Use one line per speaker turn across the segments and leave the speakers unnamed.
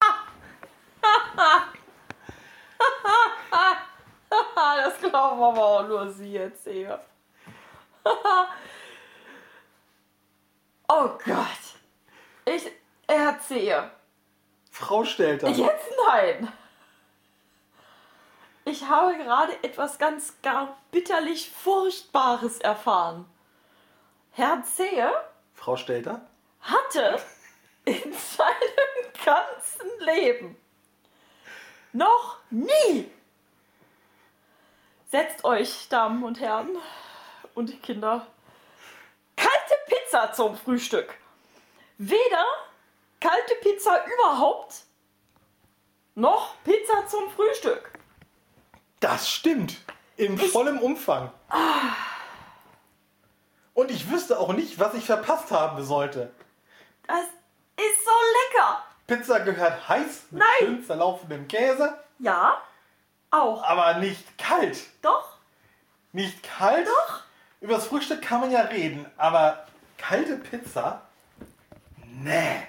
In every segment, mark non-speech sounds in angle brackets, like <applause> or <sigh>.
<laughs> Ah, Warum aber auch nur sie jetzt hier? <laughs> oh Gott. Ich erzähle.
Frau stellt das.
Jetzt nein. Ich habe gerade etwas ganz gar bitterlich Furchtbares erfahren. Herr Zehe
Frau Stelter?
hatte in <laughs> seinem ganzen Leben noch nie. Setzt euch, Damen und Herren und Kinder, kalte Pizza zum Frühstück. Weder kalte Pizza überhaupt noch Pizza zum Frühstück.
Das stimmt. In vollem Umfang.
Ah.
Und ich wüsste auch nicht, was ich verpasst haben sollte.
Das ist so lecker.
Pizza gehört heiß mit
Nein.
schön zerlaufendem Käse,
Ja, auch.
aber nicht kalt.
Doch,
Nicht kalt?
Doch.
Über das Frühstück kann man ja reden, aber kalte Pizza? Nee.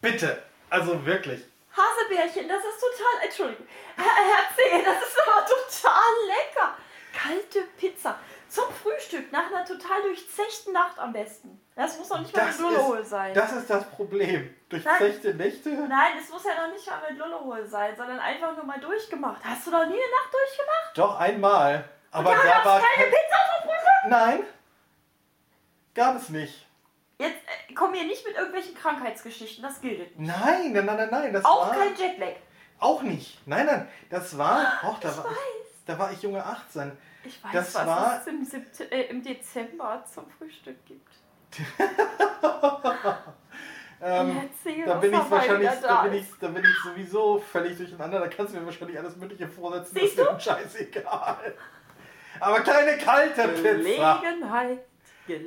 Bitte. Also wirklich.
Hasebärchen, das ist total. Entschuldigung. Herr Herr Zehe, das ist aber <laughs> total lecker. Kalte Pizza. Zum Frühstück nach einer total durchzechten Nacht am besten. Das muss noch nicht mal
Das
mit Lullohol
ist,
sein.
das ist das Problem. Durchzechte Nächte?
Nein, es muss ja noch nicht mal mit Lullohol sein, sondern einfach nur mal durchgemacht. Hast du noch nie eine Nacht durchgemacht?
Doch einmal. Aber
da
da
gab's
war
keine
kein-
Pizza zum Frühstück.
Nein. Gab es nicht.
Jetzt äh, komm hier nicht mit irgendwelchen Krankheitsgeschichten, das gilt nicht.
Nein, nein, nein, nein, nein. Das
Auch
war
kein Jetlag.
auch nicht. Nein, nein. Das war. Och, da
ich
war ich. Da war ich junge 18.
Ich weiß,
Das
was
war-
es im, Septe- äh, im Dezember zum Frühstück gibt.
Ähm,
Ja, erzähl,
Da
was
bin ich
haben wir
wahrscheinlich,
wieder
da
da
bin ich,
ist.
da bin ich sowieso völlig durcheinander. Da kannst du mir wahrscheinlich alles Mögliche vorsetzen.
Siehst
das
du?
ist mir scheißegal. Aber keine kalte Pizza.
Gelegenheit.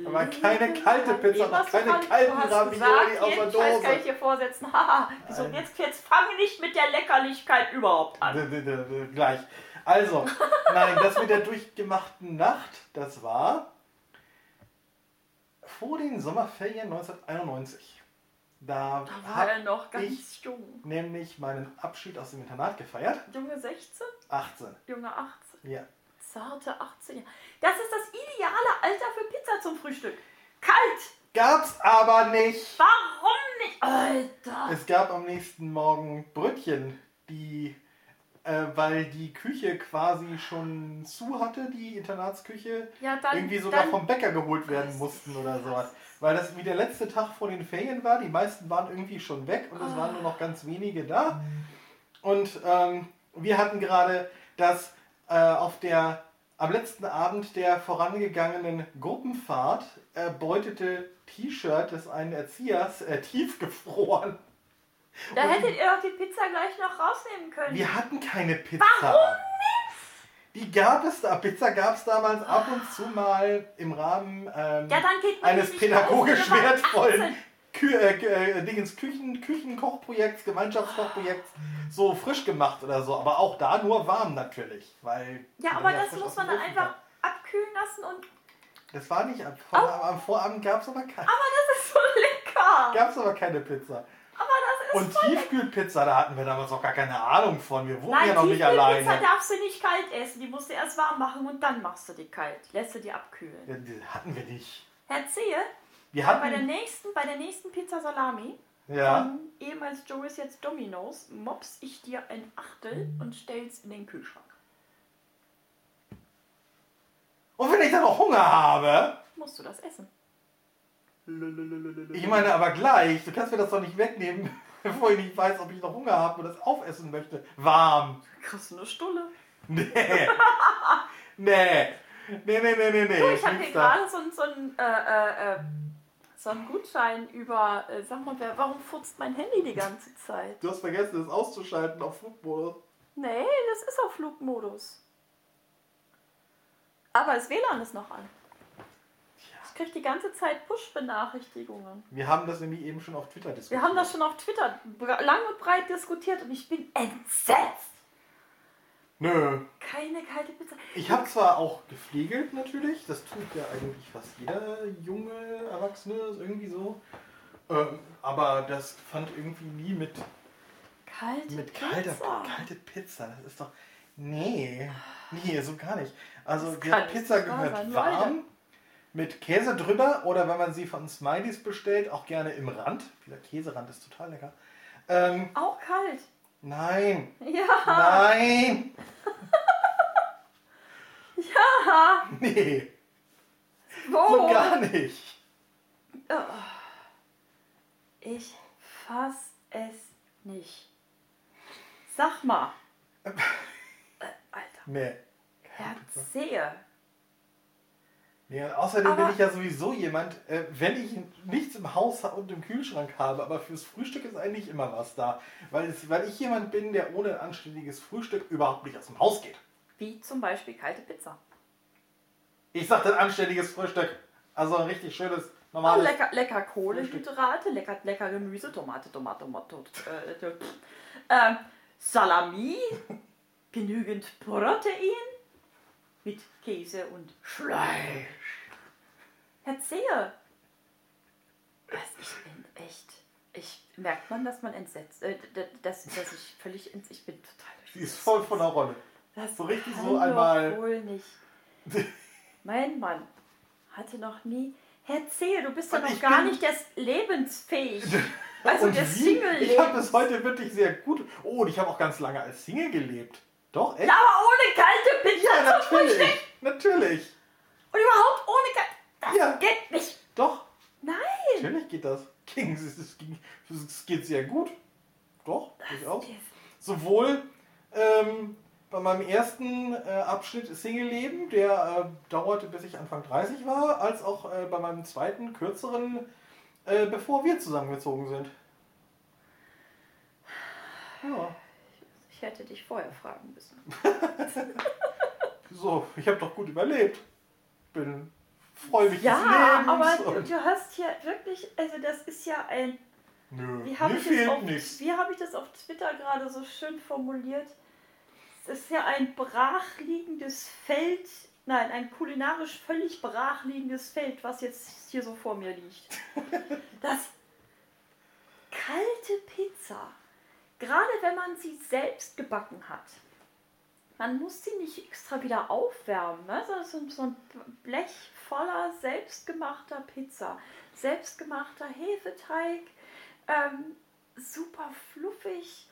Aber keine kalte Pizza,
Irgendwas
keine
fand-
kalten
du hast
Ravioli
gesagt,
aus der
jeden Scheiß
Dose.
kann ich hier vorsetzen. <laughs> Haha, wieso
Nein.
jetzt, jetzt fang nicht mit der Leckerlichkeit überhaupt an.
Ah, D- d- d- d- Gleich.
<laughs>
Also, nein, das mit der durchgemachten Nacht, das war vor den Sommerferien 1991. Da,
Da war
habe
er noch ganz
ich
jung.
nämlich meinen Abschied aus dem Internat gefeiert.
Junge 16,
18.
Junge 18,
Ja.
zarte 18 Jahre. Das ist das ideale Alter für Pizza zum Frühstück. Kalt!
Gab's aber nicht.
Warum nicht? Alter!
Es gab am nächsten Morgen Brötchen, die, äh, weil die Küche quasi schon zu hatte, die Internatsküche,
Ja, dann-
irgendwie sogar
dann-
vom Bäcker geholt werden mussten oder sowas. Weil das wie der letzte Tag vor den Ferien war, die meisten waren irgendwie schon weg und es waren nur noch ganz wenige da. Und ähm, wir hatten gerade das äh, auf der am letzten Abend der vorangegangenen Gruppenfahrt erbeutete T-Shirt des einen Erziehers äh, tiefgefroren.
Da hättet ihr doch die Pizza gleich noch rausnehmen können.
Wir hatten keine Pizza. Die gab es da. Pizza gab es damals ab und zu mal im Rahmen ähm,
Ja, dann geht man
eines
nicht
pädagogisch
raus, wir waren
wertvollen
18.
Kü äh, Kü- äh, Dingens Küchen Küchenkochprojekts, Gemeinschaftskochprojekts so frisch gemacht oder so. Aber auch da nur warm natürlich. Weil
ja,
man
aber das
frisch aus
muss
dem
man dann
Ofen kam.
einfach abkühlen lassen und. <laughs>
Das war nicht am Vorabend. Am Vorabend gab es aber,
Aber
kein,
das ist so lecker!
gab's aber keine Pizza.
Aber das ist.
Und Tiefkühlpizza, da hatten wir damals auch gar keine Ahnung von. Wir wohnten
Nein,
ja noch nicht alleine.
Tiefkühlpizza darfst du nicht kalt essen. Die musst du erst warm machen und dann machst du die kalt. Lässt du die abkühlen.
Ja, die hatten wir nicht.
Herr Zehe,
Wir
bei der
hatten.
nächsten, bei der nächsten Pizza Salami
Ja.
von ehemals Joey's jetzt Domino's, mops ich dir ein Achtel und stell's in den Kühlschrank.
Und wenn ich dann noch Hunger habe,
Musst du das essen?
ich meine aber gleich, du kannst mir das doch nicht wegnehmen, <laughs> bevor ich nicht weiß, ob ich noch Hunger habe und das aufessen möchte. Warm. <laughs>
Kriegst du eine Stulle?
Nee. <laughs> nee. Nee, nee, nee, nee, nee.
Du, ich habe
Nix
hier
da.
gerade so, einen- so, einen, äh, äh, äh, so einen Gutschein über, äh, sag mal, wer, warum furzt mein Handy die ganze Zeit?
Du hast vergessen, das auszuschalten auf Flugmodus.
Nee, das ist auf Flugmodus. Aber das WLAN ist noch an. Ich krieg die ganze Zeit Push-Benachrichtigungen.
Wir haben das nämlich eben schon auf Twitter
Wir
diskutiert.
haben das schon auf Twitter br- lang und breit diskutiert und ich bin entsetzt.
Nö.
Keine kalte Pizza.
Ich habe zwar auch geflegelt natürlich, das tut ja eigentlich fast jeder junge Erwachsene irgendwie so. Ähm, aber das fand irgendwie nie mit
Kalte
Mit
Pizza.
kalter, kalte Pizza, das ist doch. Nee, nee, so gar nicht. Also
Das
die
kann
Pizza
nicht wahr
gehört
sein, Leute.
warm, mit Käse drüber oder wenn man sie von Smileys bestellt, auch gerne im Rand. Dieser Käserand ist total lecker. Ähm,
Auch kalt.
nein,
Ja.
nein, <laughs>
<laughs> Aha.
nee, so
Wow.
gar nicht.
Ich fass es nicht. Sag mal. Äh, Alter,
Nee.
erzähl.
Nee, und außerdem
Aber-
bin ich ja sowieso jemand, äh, wenn ich nichts im Haus ha- und im Kühlschrank habe, aber fürs Frühstück ist eigentlich immer was da. Weil, es, weil ich jemand bin, der ohne ein anständiges Frühstück überhaupt nicht aus dem Haus geht.
Wie zum Beispiel kalte Pizza.
Ich sag dann anständiges Frühstück. Also ein richtig schönes,
Oh,
normales.
lecker, lecker Kohlenhydrate, lecker, lecker Gemüse, Tomate, Tomate, Tomate, äh, äh, ähm, Salami, genügend Protein mit Käse und Fleisch. Erzähl. Also ich bin echt. Ich merkt man, dass man entsetzt, äh, d- d- dass, dass ich völlig, ents- ich bin total.
Sie ist voll von der Rolle.
Das
So richtig
kann
so
doch
einmal-
Wohl
<laughs>
nicht. mein Mann hatte noch nie. Erzähl, du bist ja
Und
noch
ich
gar
bin-
nicht erst
<laughs>
lebensfähig. Also
Und
der
sie,
Single
ich habe es heute wirklich sehr gut. Oh, und ich habe auch ganz lange als Single gelebt. Doch, echt?
Ja, aber ohne kalte Pizza
Ja,
zum Frühstück.
natürlich. Natürlich.
Und überhaupt ohne kalte. Das
Ja.
geht nicht.
Doch.
Nein.
Natürlich geht das. <laughs> Ging, es, es, ging, es geht sehr gut. Doch, durchaus. Sowohl ähm, bei meinem ersten äh, Abschnitt Single-Leben, der äh, dauerte, bis ich Anfang 30 war, als auch äh, bei meinem zweiten, kürzeren, äh, bevor wir zusammengezogen sind. Ja,
Ich hätte dich vorher fragen müssen.
so, ich habe doch gut überlebt. Bin freue mich des
Ja,
Lebens.
aber du,
und,
du hast hier wirklich, also das ist ja ein.
nö,
Wie habe
mir
ich, das auf-
fehlt nichts.
wie hab ich das auf Twitter gerade so schön formuliert? Es ist ja ein brachliegendes Feld, nein, ein kulinarisch völlig brachliegendes Feld, was jetzt hier so vor mir
<laughs>
liegt. Das kalte Pizza, gerade wenn man sie selbst gebacken hat, man muss sie nicht extra wieder aufwärmen, ne? sondern so ein- so ein Blech voller selbstgemachter Pizza, selbstgemachter Hefeteig, ähm, super fluffig,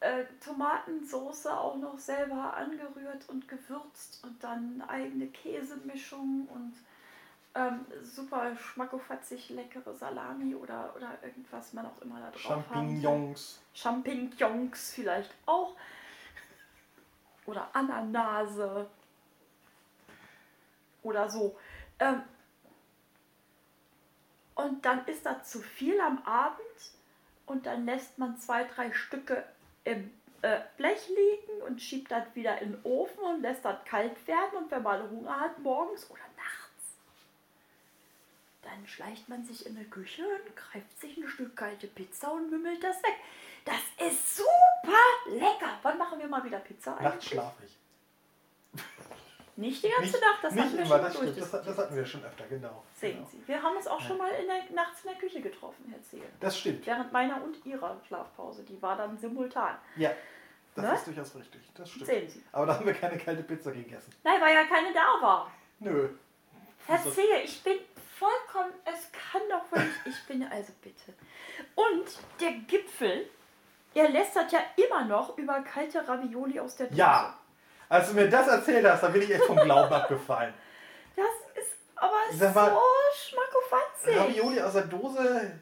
äh, Tomatensoße auch noch selber angerührt und gewürzt und dann eigene Käsemischung und ähm, super schmackofatzig leckere Salami oder, oder irgendwas man auch immer da drauf haben kann.
Champignons.
Champignons vielleicht auch. Oder Ananase. Oder so. Ähm, und dann ist da zu viel am Abend und dann lässt man zwei, drei Stücke im äh, Blech liegen und schiebt das wieder in den Ofen und lässt das kalt werden. Und wenn man Hunger hat, morgens oder nachts, dann schleicht man sich in die Küche und greift sich ein Stück kalte Pizza und mümmelt das weg. Das ist super lecker. Wann machen wir mal wieder Pizza
Nachts
eigentlich?
schlafe ich.
Nicht die ganze Nacht, das
nicht
hatten wir
immer,
schon
das stimmt. Das,
durchdiskutiert.
das hatten wir schon öfter, genau.
Sehen
genau.
Sie, wir haben uns auch
Ja.
schon mal in der, nachts in der Küche getroffen, Herr Zehl.
Das stimmt.
Während meiner und ihrer Schlafpause, die war dann simultan.
Ja, das
Ne?
ist durchaus richtig. Das stimmt.
Sehen Sie.
Aber da haben wir keine kalte Pizza gegessen.
Nein, weil ja keine da war.
Nö.
Herr
So.
Zehe, ich bin vollkommen, es kann doch wohl nicht, ich bin also bitte. Und der Gipfel, er lästert ja immer noch über kalte Ravioli aus der Dose.
Ja. Als du mir das erzählt hast, da bin ich echt vom Glauben
<laughs>
abgefallen.
Das ist aber
Sag mal,
so schmackofanzig.
Ravioli aus der Dose.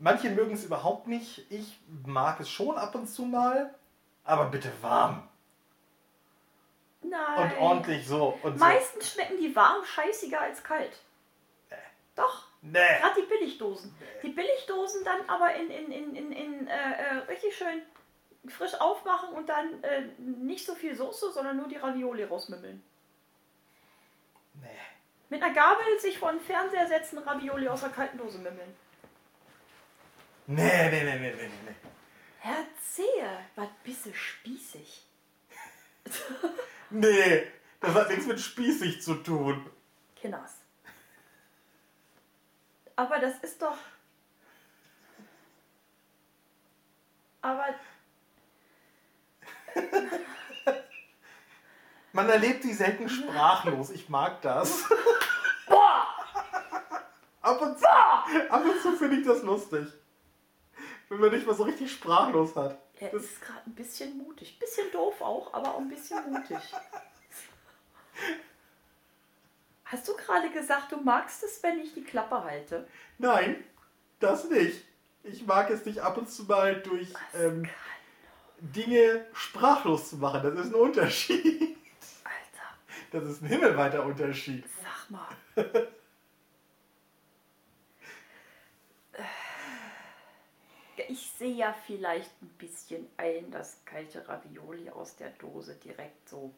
Manche mögen es überhaupt nicht. Ich mag es schon ab und zu mal. Aber bitte warm.
Nein.
Und ordentlich so. Und so.
Meistens schmecken die warm scheißiger als kalt.
Äh.
Doch.
Nee.
Gerade die Billigdosen.
Äh.
Die Billigdosen dann aber in, in, in, in, in äh, äh, richtig schön frisch aufmachen und dann äh, nicht so viel Soße, sondern nur die Ravioli rausmümmeln.
Nee.
Mit einer Gabel sich vor den Fernseher setzen, Ravioli aus der kalten Dose mümmeln.
Nee, nee, nee, nee, nee, nee,
Herr Zehe, was bisse spießig.
nee. Nee. Das hat nichts mit spießig zu tun.
Kinders. Aber das ist doch. Aber.
Man erlebt die selten sprachlos. Ich mag das.
Boah!
Ab und zu,
Boah!
ab und zu finde ich das lustig. Wenn man nicht mal so richtig sprachlos hat.
Er ist gerade ein bisschen mutig. Bisschen doof auch, aber auch ein bisschen mutig. Hast du gerade gesagt, du magst es, wenn ich die Klappe halte?
Nein, das nicht. Ich mag es nicht ab und zu mal durch
Das
ähm,
kann.
Dinge sprachlos zu machen. Das ist ein Unterschied.
Alter,
Das ist ein himmelweiter Unterschied.
sag mal. Äh, Ich sehe ja vielleicht ein bisschen ein, dass kalte Ravioli aus der Dose direkt so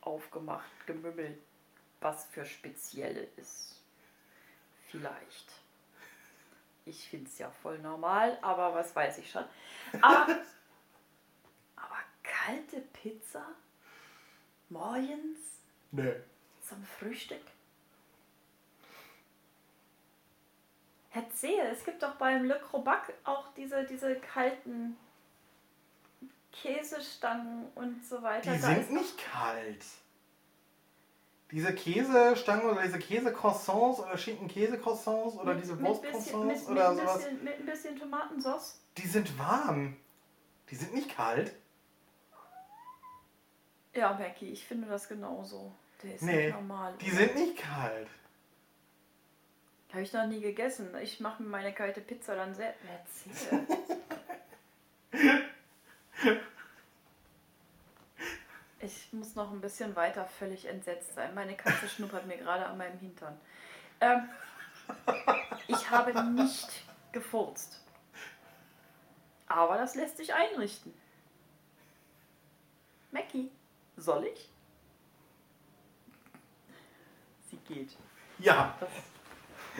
aufgemacht, gemümmelt, was für speziell ist. Vielleicht. Ich finde es ja voll normal, aber was weiß ich schon. Aber, aber kalte Pizza morgens
Nee.
zum Frühstück? Erzähl, es gibt doch beim Le Crobac auch diese, diese kalten Käsestangen und so weiter.
Die
Da
sind
ist-
nicht kalt. Diese Käsestangen oder diese Käsecroissants oder Schinken-Käse-Croissants oder
mit-
diese
mit bisschen- mit-
Wurstcroissants
mit
oder
ein
sowas,
bisschen- Mit ein bisschen Tomatensauce.
die sind warm. Die sind nicht kalt.
Ja, Becky, ich finde das genauso. Der ist
Nee,
nicht normal.
Die sind nicht kalt.
Habe ich noch nie gegessen. Ich mache mir meine kalte Pizza dann selbst. Erzähl. ich muss noch ein bisschen weiter völlig entsetzt sein. Meine Katze schnuppert mir gerade an meinem Hintern. Ähm, ich habe nicht gefurzt. Aber das lässt sich einrichten. Mackie, soll ich? Sie geht.
Ja,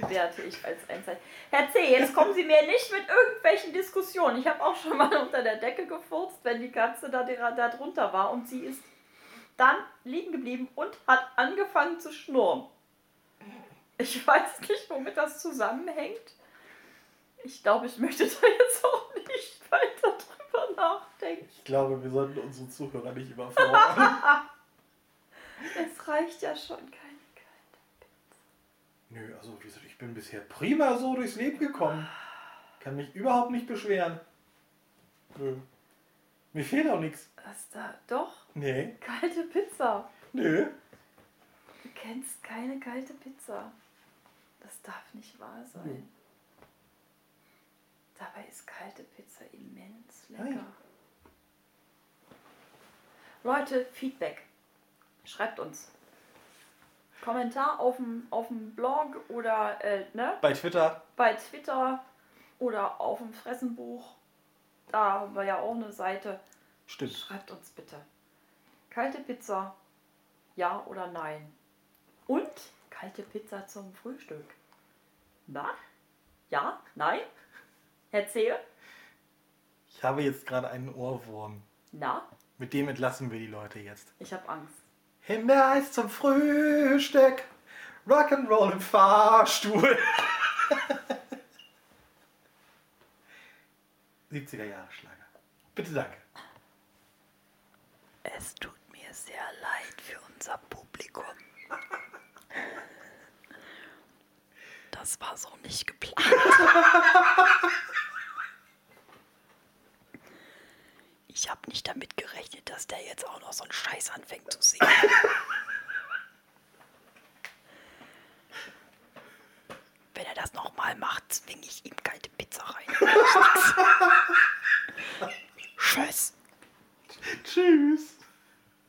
Das werte ich als ein Zeichen. Herr C., jetzt kommen Sie mir nicht mit irgendwelchen Diskussionen. Ich habe auch schon mal <laughs> unter der Decke gefurzt, wenn die Katze da, dera- da drunter war und sie ist dann liegen geblieben und hat angefangen zu schnurren. Ich weiß nicht, womit das zusammenhängt. Ich glaube, ich möchte da jetzt auch nicht weiter drüber nachdenken.
ich glaube, wir sollten unsere Zuhörer nicht <laughs> überfordern.
Es reicht ja schon keine Kalte.
Nö, also wie gesagt, ich bin bisher prima so durchs Leben gekommen. Kann mich überhaupt nicht beschweren. Nö. Mir fehlt auch nichts.
Was da? Doch,
Nee,
kalte Pizza.
nö.
Du kennst keine kalte Pizza. Das darf nicht wahr sein.
Nö.
Dabei ist kalte Pizza immens lecker.
Ja, ja.
Leute, Feedback. Schreibt uns. Kommentar auf dem, auf dem Blog oder äh, ne,
Bei Twitter
bei Twitter oder auf dem Fressenbuch. Da haben wir ja auch eine Seite.
stimmt.
Schreibt uns bitte. Kalte Pizza, ja oder nein? Und kalte Pizza zum Frühstück. Na? Ja? Nein? Herr Zehe?
Ich habe jetzt gerade einen Ohrwurm.
Na?
Mit dem entlassen wir die Leute jetzt.
Ich habe Angst.
Himbeereis zum Frühstück. Rock'n'Roll im Fahrstuhl. <laughs> 70er Jahre Schlager. Bitte danke.
Es tut mir sehr leid für unser Publikum. Das war so nicht geplant. Ich habe nicht damit gerechnet, dass der jetzt auch noch so einen Scheiß anfängt zu singen. Wenn er das nochmal macht, zwinge ich ihm kalte Pizza rein. Tschüss.
Tschüss.